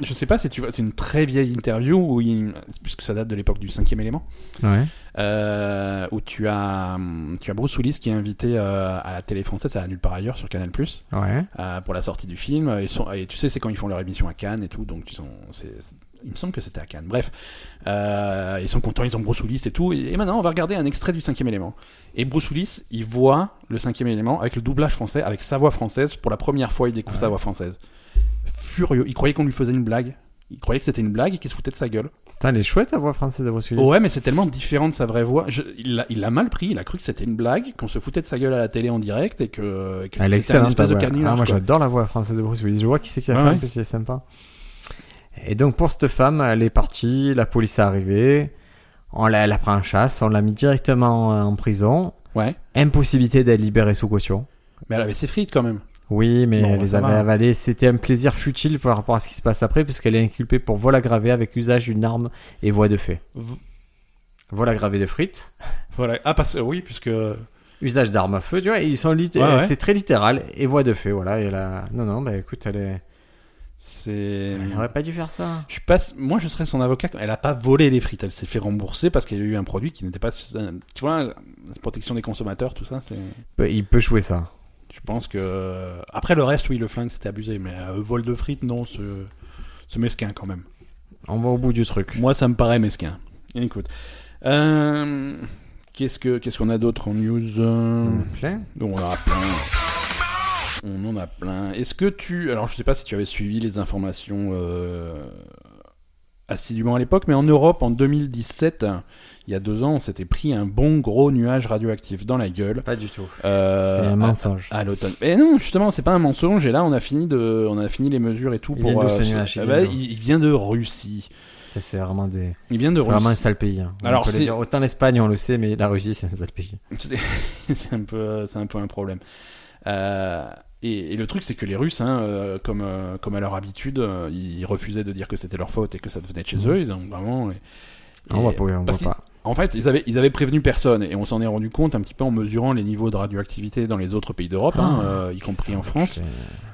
je sais pas si tu vois, c'est une très vieille interview où il- puisque ça date de l'époque du cinquième élément, Ouais. euh, où tu as hum, tu as Bruce Willis qui est invité euh, à la télé française, à nulle part ailleurs sur Canal+. Ouais. euh, pour la sortie du film. euh, Ils sont, et tu sais, c'est quand ils font leur émission à Cannes et tout, donc ils sont. c'est- c'est- il me semble que c'était à Cannes. Bref, euh, ils sont contents, ils ont Bruce Willis et tout. Et, et maintenant, on va regarder un extrait du cinquième élément. Et Bruce Willis, il voit le cinquième élément avec le doublage français, avec sa voix française. Pour la première fois, il découvre sa voix française. Furieux, il croyait qu'on lui faisait une blague. Il croyait que c'était une blague et qu'il se foutait de sa gueule. Putain, elle est chouette, la voix française de Bruce Willis. Ouais, mais c'est tellement différent de sa vraie voix. Je- il l'a- il l'a mal pris, il a cru que c'était une blague, qu'on se foutait de sa gueule à la télé en direct et que, et que Elle est c'était un excellente. espèce la de voix. canular. Ah, moi, quoi. j'adore la voix française de Bruce Willis. Je vois qui c'est qui a Ouais, fait, ouais. parce que c'est sympa. Et donc, pour cette femme, elle est partie, la police est arrivée. On la, elle a pris en chasse, on l'a mis directement euh, en prison. Ouais. Impossibilité d'être libérée sous caution. Mais elle avait ses frites quand même. Oui, mais Bon, elle bah, les ça avait va. avalées. C'était un plaisir futile par rapport à ce qui se passe après, puisqu'elle est inculpée pour vol aggravé avec usage d'une arme et voie de fait. V- Vol aggravé de frites, Voilà. Ah, parce que oui, puisque. usage d'armes à feu, tu vois, ils sont lit- Ouais, ouais. c'est très littéral, et voie de fait, voilà. Et là... Non, non, bah écoute, elle, est... C'est. elle aurait pas dû faire ça. Je passe. Moi, je serais son avocat. Elle a pas volé les frites. Elle s'est fait rembourser parce qu'elle a eu un produit qui n'était pas. Tu vois, la protection des consommateurs, tout ça. C'est. Peu- Bah, Il peut jouer ça. Je pense que. Après le reste, oui, le flingue, c'était abusé. Mais euh, vol de frites, non, ce. Ce mesquin quand même. On va au bout du truc. Moi, ça me paraît mesquin. Écoute. Euh, Qu'est-ce que qu'est-ce qu'on a d'autre en news euh, On est plein. On en a plein. On en a plein. Est-ce que tu. Alors, je sais pas si tu avais suivi les informations euh, assidûment à l'époque, mais en Europe, en 2017, il y a deux ans, on s'était pris un bon gros nuage radioactif dans la gueule. Pas du tout. euh, C'est un mensonge. à l'automne. Mais non, justement, c'est pas un mensonge. Et là, on a fini de, on a fini les mesures et tout Il pour. vient d'où, ce nuage Il ah vient bah, d'où il, il vient de Russie. Ça, C'est vraiment des, Il vient de c'est vraiment un Russie. sale pays. hein. On Alors, peut le c'est- dire. autant l'Espagne, on le sait, mais la Russie, c'est un sale pays. c'est un peu, c'est un peu un problème. Euh, et, et le truc, c'est que les Russes, hein, euh, comme, euh, comme à leur habitude, euh, ils refusaient de dire que c'était leur faute et que ça venait de chez eux. Ils ont vraiment. et- Ah, On va et- pas, on va parce qu'ils- pas. En fait, ils avaient, ils avaient prévenu personne et on s'en est rendu compte un petit peu en mesurant les niveaux de radioactivité dans les autres pays d'Europe, hein, Ah, euh, y compris en France.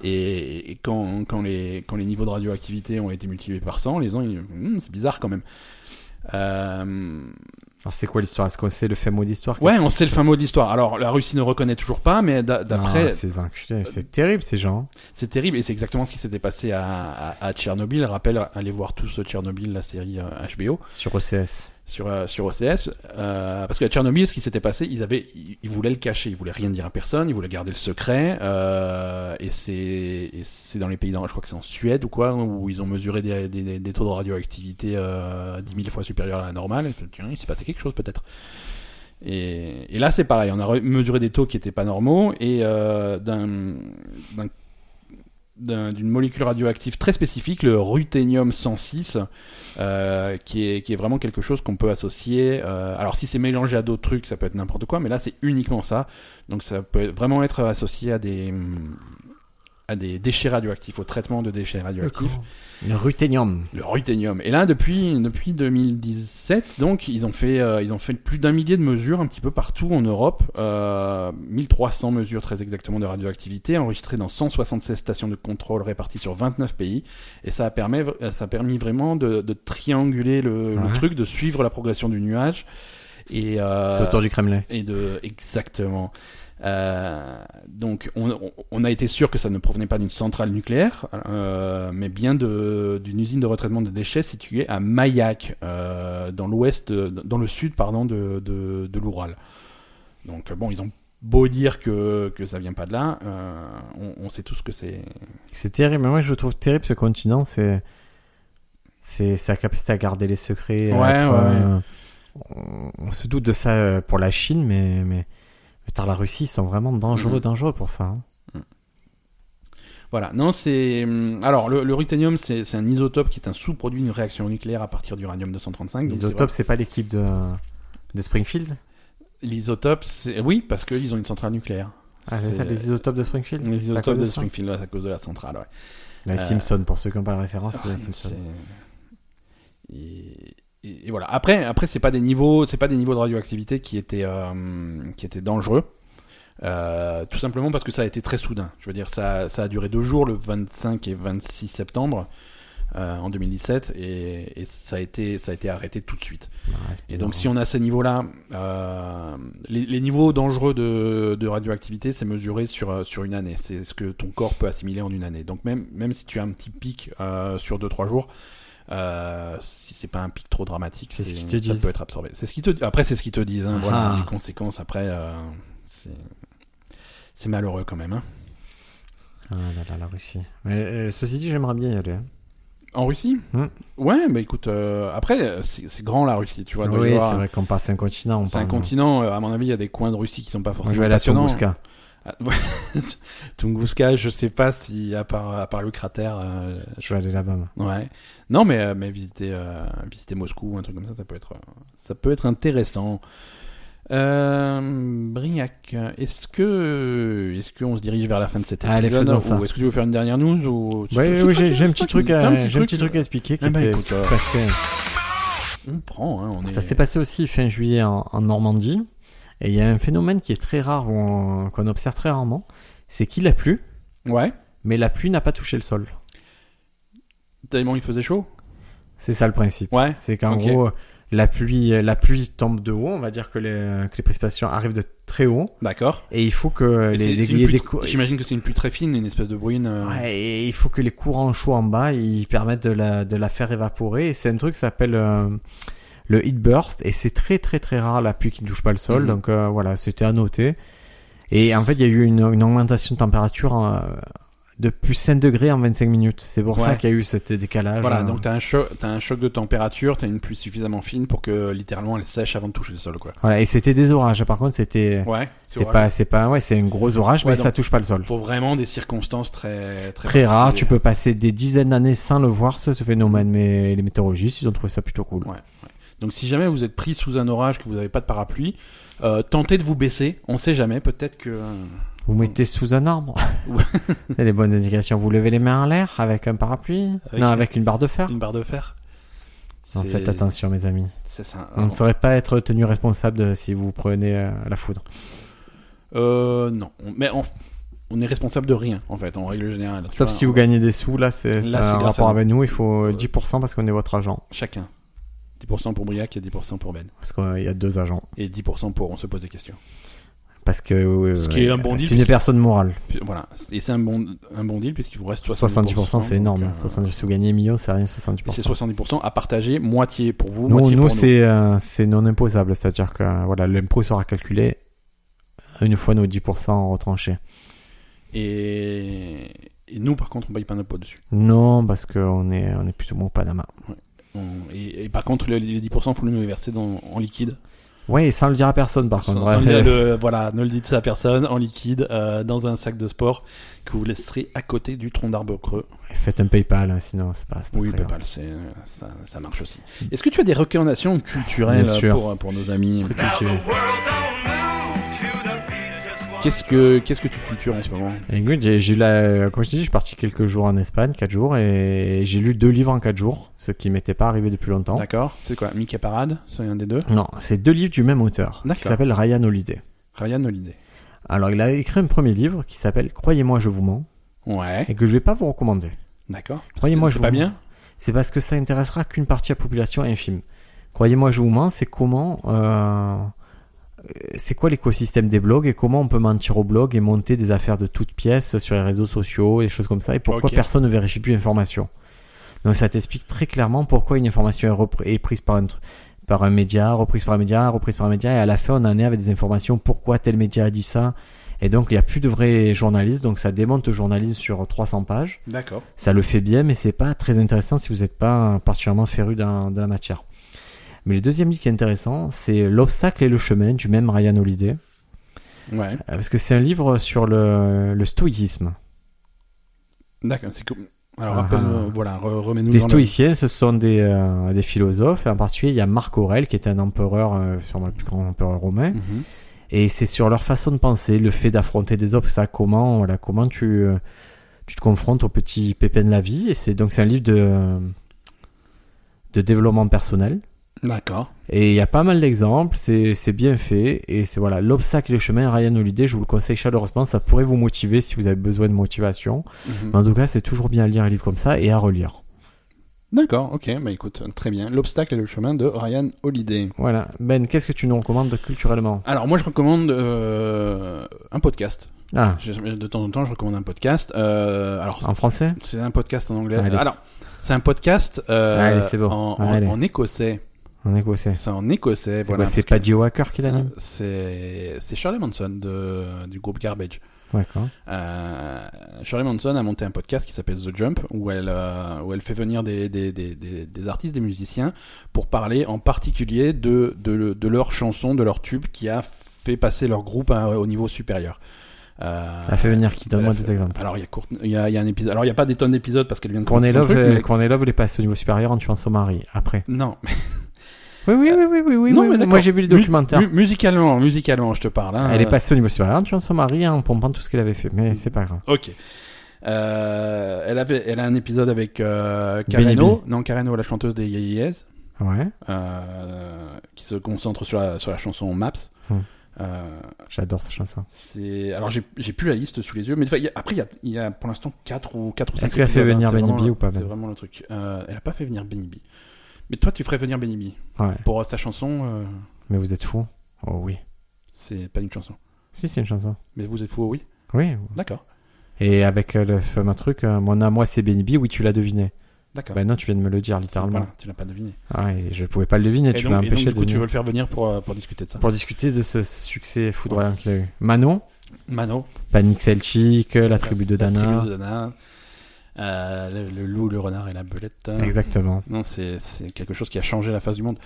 Et, et quand, quand, les, quand les niveaux de hmm, radioactivité ont été multipliés par 100, les gens, ils- Hum, c'est bizarre quand même. Euh, Alors c'est quoi l'histoire Est-ce qu'on sait le fameux d'histoire Ouais, on sait le fin mot de l'histoire. Alors, la Russie ne reconnaît toujours pas, mais d'a- d'après, Ah, Euh, ces enculés, c'est terrible ces gens. c'est terrible et c'est exactement ce qui s'était passé à, à, à Tchernobyl. Rappel, allez voir tous euh, Tchernobyl, la série euh, HBO Sur OCS. sur euh, sur OCS, euh, parce qu'à Tchernobyl, ce qui s'était passé, ils avaient, ils, ils voulaient le cacher, ils voulaient rien dire à personne, ils voulaient garder le secret. euh, et c'est et c'est dans les pays, d'en- je crois que c'est en Suède ou quoi, où ils ont mesuré des, des- des- des taux de radioactivité euh, 10 000 fois supérieurs à la normale. Et je me suis dit, Tiens, il s'est passé quelque chose peut-être. Et, et là, c'est pareil. On a re- mesuré des taux qui n'étaient pas normaux et euh, d'un d'un- d'un- d'une molécule radioactive très spécifique, le ruthénium 106, euh, qui, est, qui est vraiment quelque chose qu'on peut associer. euh, alors, si c'est mélangé à d'autres trucs, ça peut être n'importe quoi, mais là, c'est uniquement ça. Donc, ça peut vraiment être associé à des hum, à des déchets radioactifs, au traitement de déchets radioactifs. Le ruthénium. Le ruthénium. Et là, depuis, depuis 2017, donc, ils ont fait, euh, ils ont fait plus d'un millier de mesures un petit peu partout en Europe. Euh, 1300 mesures très exactement de radioactivité enregistrées dans 176 stations de contrôle réparties sur 29 pays. Et ça a permis, ça a permis vraiment de, de trianguler le, le Ouais. truc, de suivre la progression du nuage. Et, euh, C'est autour du Kremlin. et de exactement. Euh, donc, on, on- on a été sûr que ça ne provenait pas d'une centrale nucléaire, euh, mais bien de- d'une usine de retraitement de déchets située à Mayak, euh, dans l'ouest, euh, dans le sud, pardon, de, de, de l'Oural. Donc, euh, bon, ils ont beau dire que, que ça vient pas de là, euh, on, on sait tous que c'est. C'est terrible, mais moi je le trouve terrible ce continent, c'est c'est sa capacité à garder les secrets. à Ouais, être, ouais, euh, on, on se doute de ça euh, pour la Chine, mais mais, mais tar, la Russie ils sont vraiment dangereux, Mhm. dangereux pour ça. hein. Voilà, non, c'est. hum, Alors, le, le ruthénium, c'est c'est un isotope qui est un sous-produit d'une réaction nucléaire à partir d'uranium 235. donc c'est L'isotope, c'est pas l'équipe de de Springfield. L'isotope, c'est oui, parce qu'ils ont une centrale nucléaire. Ah, c'est ça, les isotopes de Springfield. les C'est à isotopes cause de ça Springfield, ouais, c'est à cause de la centrale. Ouais. Les Euh, ah, Simpsons, pour ceux qui n'ont pas la référence, Ah, c'est les C'est- Simpsons. et, et- et voilà. Après, après, c'est pas des niveaux, c'est pas des niveaux de radioactivité qui étaient, euh, qui étaient dangereux. Euh, tout simplement parce que ça a été très soudain. Je veux dire, ça, ça a duré deux jours, le 25 et 26 septembre euh, en 2017, et, et ça a été, ça a été arrêté tout de suite. Ouais, c'est Et bizarre. hein. donc si on a ces niveaux-là, euh, les, les niveaux dangereux de, de radioactivité, c'est mesuré sur, euh, sur une année. C'est ce que ton corps peut assimiler en une année. Donc même, même si tu as un petit pic euh, sur 2-3 jours, euh, si c'est pas un pic trop dramatique, C'est ce c'est- qu'ils te ça disent. peut être absorbé. C'est ce qu'ils te, après c'est ce qu'ils te disent. hein. voilà, Ah. les conséquences après, euh, c'est c'est malheureux quand même. hein. Ah là là, la Russie. Mais, euh, ceci dit, j'aimerais bien y aller. hein. En Russie Hmm. Ouais, mais écoute, euh, après c'est c'est grand la Russie, tu vois. doit y oui, avoir- c'est vrai qu'on passe un continent. on c'est un parle- hein. continent. euh, À mon avis, il y a des coins de Russie qui sont pas Moi, forcément je vais aller à passionnants. Tunguska. Ah, ouais. Tunguska, je sais pas si à part à part le cratère, euh, Je vais aller là-bas. moi. ouais. Non, mais euh, mais visiter euh, visiter Moscou, ou un truc comme ça, ça peut être euh, ça peut être intéressant. Euh, Brignac, est-ce que est-ce qu'on se dirige vers la fin de cet Allez, épisode faisons ça. ou est-ce que tu veux faire une dernière news ou Ouais, C'est oui, toi oui, qui- j'ai c'est j'ai un toi petit qui- truc t'as à, un petit j'ai un truc. petit truc à expliquer qui Ah bah était- écoute, qui s'est euh, passé. hein. On prend, hein, on est. Ça s'est passé aussi fin juillet en, en Normandie. Et il y a un phénomène qui est très rare, où on- qu'on observe très rarement, c'est qu'il a plu, Ouais. mais la pluie n'a pas touché le sol. Tellement il faisait chaud. C'est ça le principe. Ouais. C'est qu'en Ok. gros, la pluie, la pluie tombe de haut, on va dire que les, que les précipitations arrivent de très haut, D'accord. et il faut que Et les, c'est- les- c'est une les- pluie des tr- cou- J'imagine que c'est une pluie très fine, une espèce de bruine. euh, Ouais, et il faut que les courants chauds en bas, ils permettent de la, de la faire évaporer. Et c'est un truc qui s'appelle euh, le heat burst. Et c'est très très très rare la pluie qui ne touche pas le sol. Mhm. Donc euh, voilà, c'était à noter. Et en fait, il y a eu une, une augmentation de température euh, de plus 5 degrés en 25 minutes. C'est pour ça Ouais. qu'il y a eu cet décalage. Voilà, Euh, donc t'as un, cho- t'as un choc de température, t'as une pluie suffisamment fine pour que littéralement elle sèche avant de toucher le sol, quoi. voilà. Et c'était des orages. Par contre, c'était. Ouais, c'est orageux. pas, c'est pas, ouais, c'est un gros orage, Ouais, mais donc- ça touche pas le sol. Faut vraiment des circonstances très très, Très rare, tu particulières. peux passer des dizaines d'années sans le voir, ce, ce phénomène. Mais les météorologistes, ils ont trouvé ça plutôt cool. Donc si jamais vous êtes pris sous un orage, que vous n'avez pas de parapluie, euh, tentez de vous baisser. On sait jamais, peut-être que. euh, Vous mettez sous un arbre. Ouais. C'est les bonnes indications. Vous levez les mains en l'air avec un parapluie Avec Non, une- avec une barre de fer. Une barre de fer. En C'est- Ah fait, attention, mes amis. C'est ça. On ne saurait pas être tenu responsable de- si vous prenez euh, la foudre. Euh, non, On- mais on... on est responsable de rien en fait, en règle générale. Sauf Tu si vois, vous gagnez des sous, là, c'est Ah Là, ça a c'est un grâce rapport à nous. avec nous. Il faut euh, Ouais. 10% parce qu'on est votre agent. on- Chacun. 10% pour Briac et 10% pour Ben. Parce qu'il y a deux agents. Et 10% pour On se pose des questions. Parce que euh, Ce qui est un bon c'est deal. une personne morale. Puis, voilà. Et c'est un bon, un bon deal puisqu'il vous reste 70%, 70%. c'est énorme. donc, euh, 70, si vous gagnez 1 million, c'est rien, 70%. et c'est 70% à partager, moitié pour vous, Nous, moitié nous, pour nous. c'est euh, c'est non imposable, c'est-à-dire que euh, voilà, l'impôt sera calculé une fois nos 10% retranchés. Et... et nous, par contre, on paye pas d'impôt dessus. Non, parce qu'on est, on est plutôt bon au Panama. On- Et, et par contre, le- les 10%, faut nous les verser dans- en liquide. Ouais, et sans le dire à personne, par Sans- contre. sans Ouais. le dire, le- voilà, ne le dites à personne, en liquide, euh, dans un sac de sport que vous laisserez à côté du tronc d'arbre creux. Faites un PayPal, hein, sinon c'est pas, c'est pas Oui, très grave. PayPal, c'est- ça, ça marche aussi. Est-ce que tu as des recommandations culturelles Bien sûr. pour, pour nos amis Truc que tu veux. Qu'est-ce que qu'est-ce que tu cultures en ce moment Et Écoute, j'ai j'ai eu la, comme je t'ai dit, je suis parti quelques jours en Espagne, 4 jours, et j'ai lu deux livres en 4 jours, ce qui m'était pas arrivé depuis longtemps. D'accord. C'est quoi Mickey Parade, c'est un des deux. Non, c'est deux livres du même auteur, qui D'accord. s'appelle Ryan Holiday. Ryan Holiday. Alors, il a écrit un premier livre qui s'appelle Croyez-moi, je vous mens, Ouais. et que je vais pas vous recommander. D'accord. Croyez-moi, C'est- je c'est pas vous- bien. C'est parce que ça intéressera qu'une partie de la population infime. Croyez-moi, je vous mens, c'est comment, euh, c'est quoi l'écosystème des blogs et comment on peut mentir aux blogs et monter des affaires de toutes pièces sur les réseaux sociaux et des choses comme ça et pourquoi Ok. personne ne vérifie plus l'information. Donc ça t'explique très clairement pourquoi une information est, repr- est prise par un, tr- par un média, reprise par un média, reprise par un média et à la fin on en est avec des informations pourquoi tel média a dit ça. Et donc il n'y a plus de vrais journalistes, donc ça démonte le journalisme sur 300 pages D'accord. ça le fait bien, mais c'est pas très intéressant si vous n'êtes pas particulièrement féru d'un- de la matière. Mais le deuxième livre qui est intéressant, c'est L'obstacle et le chemin du même Ryan Holiday, euh, Ouais. parce que c'est un livre sur le, le stoïcisme. D'accord. C'est cool. Alors Ah, rappelle, ah. euh, voilà, re- remets-nous Les dans le- stoïciens, ce sont des, euh, des philosophes, et en particulier il y a Marc Aurèle qui était un empereur, euh, sûrement le plus grand empereur romain, Mhm. et c'est sur leur façon de penser, le fait d'affronter des obstacles, comment, voilà, comment tu, euh, tu te confrontes aux petits pépins de la vie, et c'est donc c'est un livre de, de développement personnel. D'accord. Et il y a pas mal d'exemples, c'est c'est bien fait, et c'est voilà, l'obstacle et le chemin, Ryan Holiday, je vous le conseille chaleureusement, ça pourrait vous motiver si vous avez besoin de motivation. Mhm. Mais en tout cas, c'est toujours bien à lire un livre comme ça et à relire. D'accord. Ok. Bah écoute, très bien. L'obstacle et le chemin de Ryan Holiday. Voilà. Ben, qu'est-ce que tu nous recommandes culturellement Alors moi, je recommande euh, un podcast. Ah, Je- de temps en temps, je recommande un podcast. Euh, alors en français C'est un podcast en anglais. Allez. Alors, c'est un podcast euh, Allez, c'est bon. en, en- Allez. en écossais. En écossais. C'est en écossais. C'est Voilà, quoi, c'est parce Paddy Walker qui l'anime que- Euh, C'est c'est Shirley Manson de, du groupe Garbage. D'accord. Euh, Shirley Manson a monté un podcast qui s'appelle The Jump où elle, euh, où elle fait venir des, des, des, des, des artistes, des musiciens pour parler en particulier de, de, de leur chanson, de leur tube qui a fait passer leur groupe à- au niveau supérieur. Euh, Elle fait venir qui Donne-moi elle a Ah, des fait- exemples. Alors il y a Courtney- il y a, il y a un épisode. Alors il y a pas des tonnes d'épisodes parce qu'elle vient de Cornet commencer son Love, truc, euh, mais- Courtney Love, elle est passée au niveau supérieur en tuant son mari, après. Non, Oui, oui, oui, oui, oui. oui, Non, oui, mais oui. d'accord. Moi, j'ai vu le Mu- documentaire. Ah, mu- musicalement, musicalement, je te parle. hein. Elle est passée au niveau supérieur en tuant son mari hein, en pompant tout ce qu'elle avait fait, mais c'est pas grave. Ok. Euh, elle avait, elle a un épisode avec euh, Benny Careno, non Careno, la chanteuse des Yeyeyes, Ouais, euh, qui se concentre sur la sur la chanson Maps. Hmm. Euh, j'adore cette chanson. c'est alors j'ai j'ai plus la liste sous les yeux, mais enfin, il y a- après il y a, il y a pour l'instant 4 ou quatre ou Est-ce cinq qu'elle a fait épisodes, hein, venir c'est Benny vraiment- B ou pas, C'est Ben vraiment le truc. Euh, elle a pas fait venir Benny B. Mais toi, tu ferais venir Benny B Ouais, pour euh, sa chanson. euh, mais vous êtes fou. Oh oui. c'est pas une chanson. Si, c'est une chanson. Mais vous êtes fou, oui. Oui. D'accord, Et avec euh, le fameux truc, euh, mon amour, c'est Benny B, oui, tu l'as deviné. d'accord. Ben non, tu viens de me le dire littéralement. Voilà, tu l'as pas deviné. Ah, et je pouvais pas le deviner, Et tu donc- m'as et donc, empêché du de coup, tu deviner. veux le faire venir pour, euh, pour discuter de ça. Pour discuter de ce, ce succès foudroyant qu'il a eu. Manon, Mano, Panic Celtic, euh, La tribu de la tribu Dana. de Dana, euh, le, le loup, le renard et la belette. Exactement. Non, c'est c'est quelque chose qui a changé la face du monde.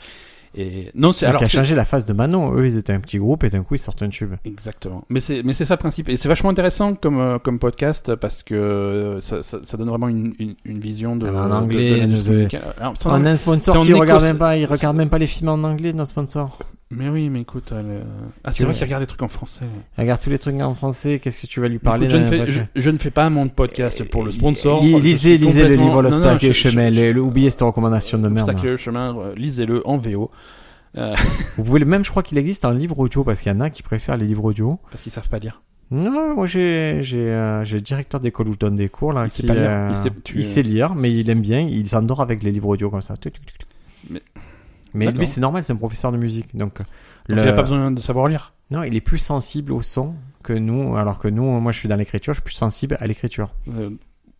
Et non, c'est alors Alors, qui a c'est- changé la face de Manon. Eux, ils étaient un petit groupe et d'un coup, ils sortent un tube. Exactement. Mais c'est mais c'est ça le principe et c'est vachement intéressant comme euh, comme podcast parce que euh, ça, ça, ça donne vraiment une, une, une vision de Ah, en de- de- de anglais, l'industrie de- musicale. Alors, sans- On a un c'est sponsor en qui regarde Écosse- même pas, il c'est- regarde même pas les films en anglais, notre sponsor. Mais oui, mais écoute, euh, le- ah, Tu c'est vrai vois. qu'il regarde des trucs en français. Il regarde tous les trucs en français, qu'est-ce que tu vas lui parler Écoute, je, là, ne fais, prochaine je, je ne fais pas mon podcast pour le sponsor. Li- Je lisez, suis lisez le complètement- livre Non, non, L'obstacle et je- le chemin. je- Le- le- oubliez cette recommandation de merde. Obstacle et le chemin, euh, lisez-le en VO, Vous pouvez le même, je crois qu'il existe un livre audio parce qu'il y en a qui préfèrent les livres audio. parce qu'ils savent pas lire. Non, moi j'ai j'ai euh, j'ai le directeur d'école où je donne des cours là Il sait qui pas lire. euh, Il sait- tu- il sait lire mais il aime bien, il s'endort avec les livres audio comme ça. Tuc, tuc, tuc. Mais- Mais D'accord. lui, c'est normal, c'est un professeur de musique. Donc, euh, Donc le- il a pas besoin de savoir lire. non, il est plus sensible au son que nous. Alors que nous, moi, je suis dans l'écriture, je suis plus sensible à l'écriture. Euh,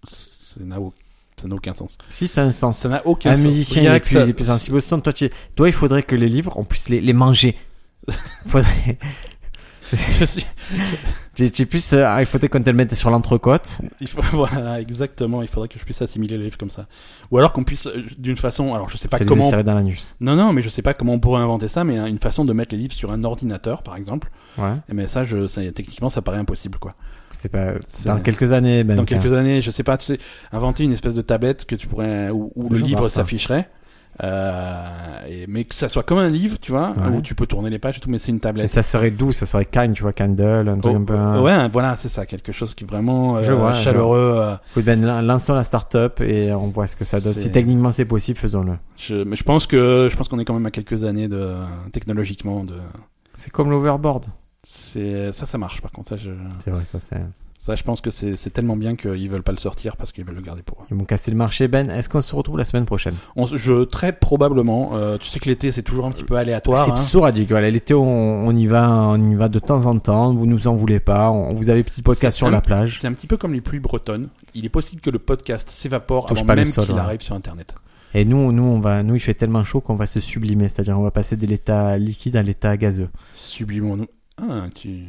ça n'a au- ça n'a aucun sens. Si ça a un sens. Ça n'a aucun Un sens. musicien Il y il a est, que plus, ça- il est plus sensible au son. Toi, tu- toi, il faudrait que les livres, on puisse les, les manger. Faudrait- Je suis- tu, tu puisses, euh, il faudrait qu'on te le mette sur l'entrecôte. il faut- voilà, exactement. Il faudrait que je puisse assimiler les livres comme ça. Ou alors qu'on puisse, euh, d'une façon. Alors je sais pas se les comment. insérer dans l'anus. Non, non, mais je sais pas comment on pourrait inventer ça, mais hein, une façon de mettre les livres sur un ordinateur, par exemple. Ouais. Eh Mais ça, je, ça, techniquement, ça paraît impossible, quoi. C'est pas. C'est- Dans quelques années, ben, même. Dans quelques années, je sais pas, tu sais, inventer une espèce de tablette que tu pourrais, où, où C'est le sympa, livre ça. s'afficherait. Euh, et- mais que ça soit comme un livre, tu vois, Ouais. où tu peux tourner les pages et tout, mais c'est une Et tablette. ça serait doux, ça serait calme, tu vois, candle, un truc Oh, un peu. hein. Ouais, voilà, c'est ça, quelque chose qui est vraiment euh, Je vois, je chaleureux. euh, Écoute, Ben, lan- lançons la start-up et on voit ce que ça donne. C'est- Si techniquement c'est possible, faisons-le. je, mais je pense que je pense qu'on est quand même à quelques années de technologiquement de. C'est comme l'overboard. C'est ça, ça marche. Par contre, ça, je, C'est vrai, ça c'est. ça, je pense que c'est c'est tellement bien qu'ils veulent pas le sortir parce qu'ils veulent le garder pour eux. Ils m'ont cassé le marché, Ben. Est-ce qu'on se retrouve la semaine prochaine On se- je très probablement. euh, tu sais que l'été, c'est toujours un petit peu aléatoire. C'est hein. sporadique. Voilà, l'été, on, on y va, on y va de temps en temps. Vous nous en voulez pas. On, vous avez petit podcast C'est sur un- la plage. C'est un petit peu comme les pluies bretonnes. Il est possible que le podcast s'évapore Touche avant pas le même sol, qu'il ouais. arrive sur Internet. Et nous, nous, on va, nous, il fait tellement chaud qu'on va se sublimer. C'est-à-dire, on va passer de l'état liquide à l'état gazeux. Sublimons-nous. Ah, tu...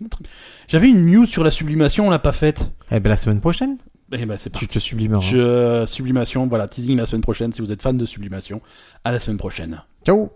Notre- J'avais une news sur la sublimation, on l'a pas faite. Eh ben, la semaine prochaine, Eh ben c'est parti. tu te sublimeras. Je... euh, Sublimation, voilà, teasing la semaine prochaine. Si vous êtes fan de sublimation, à la semaine prochaine. Ciao.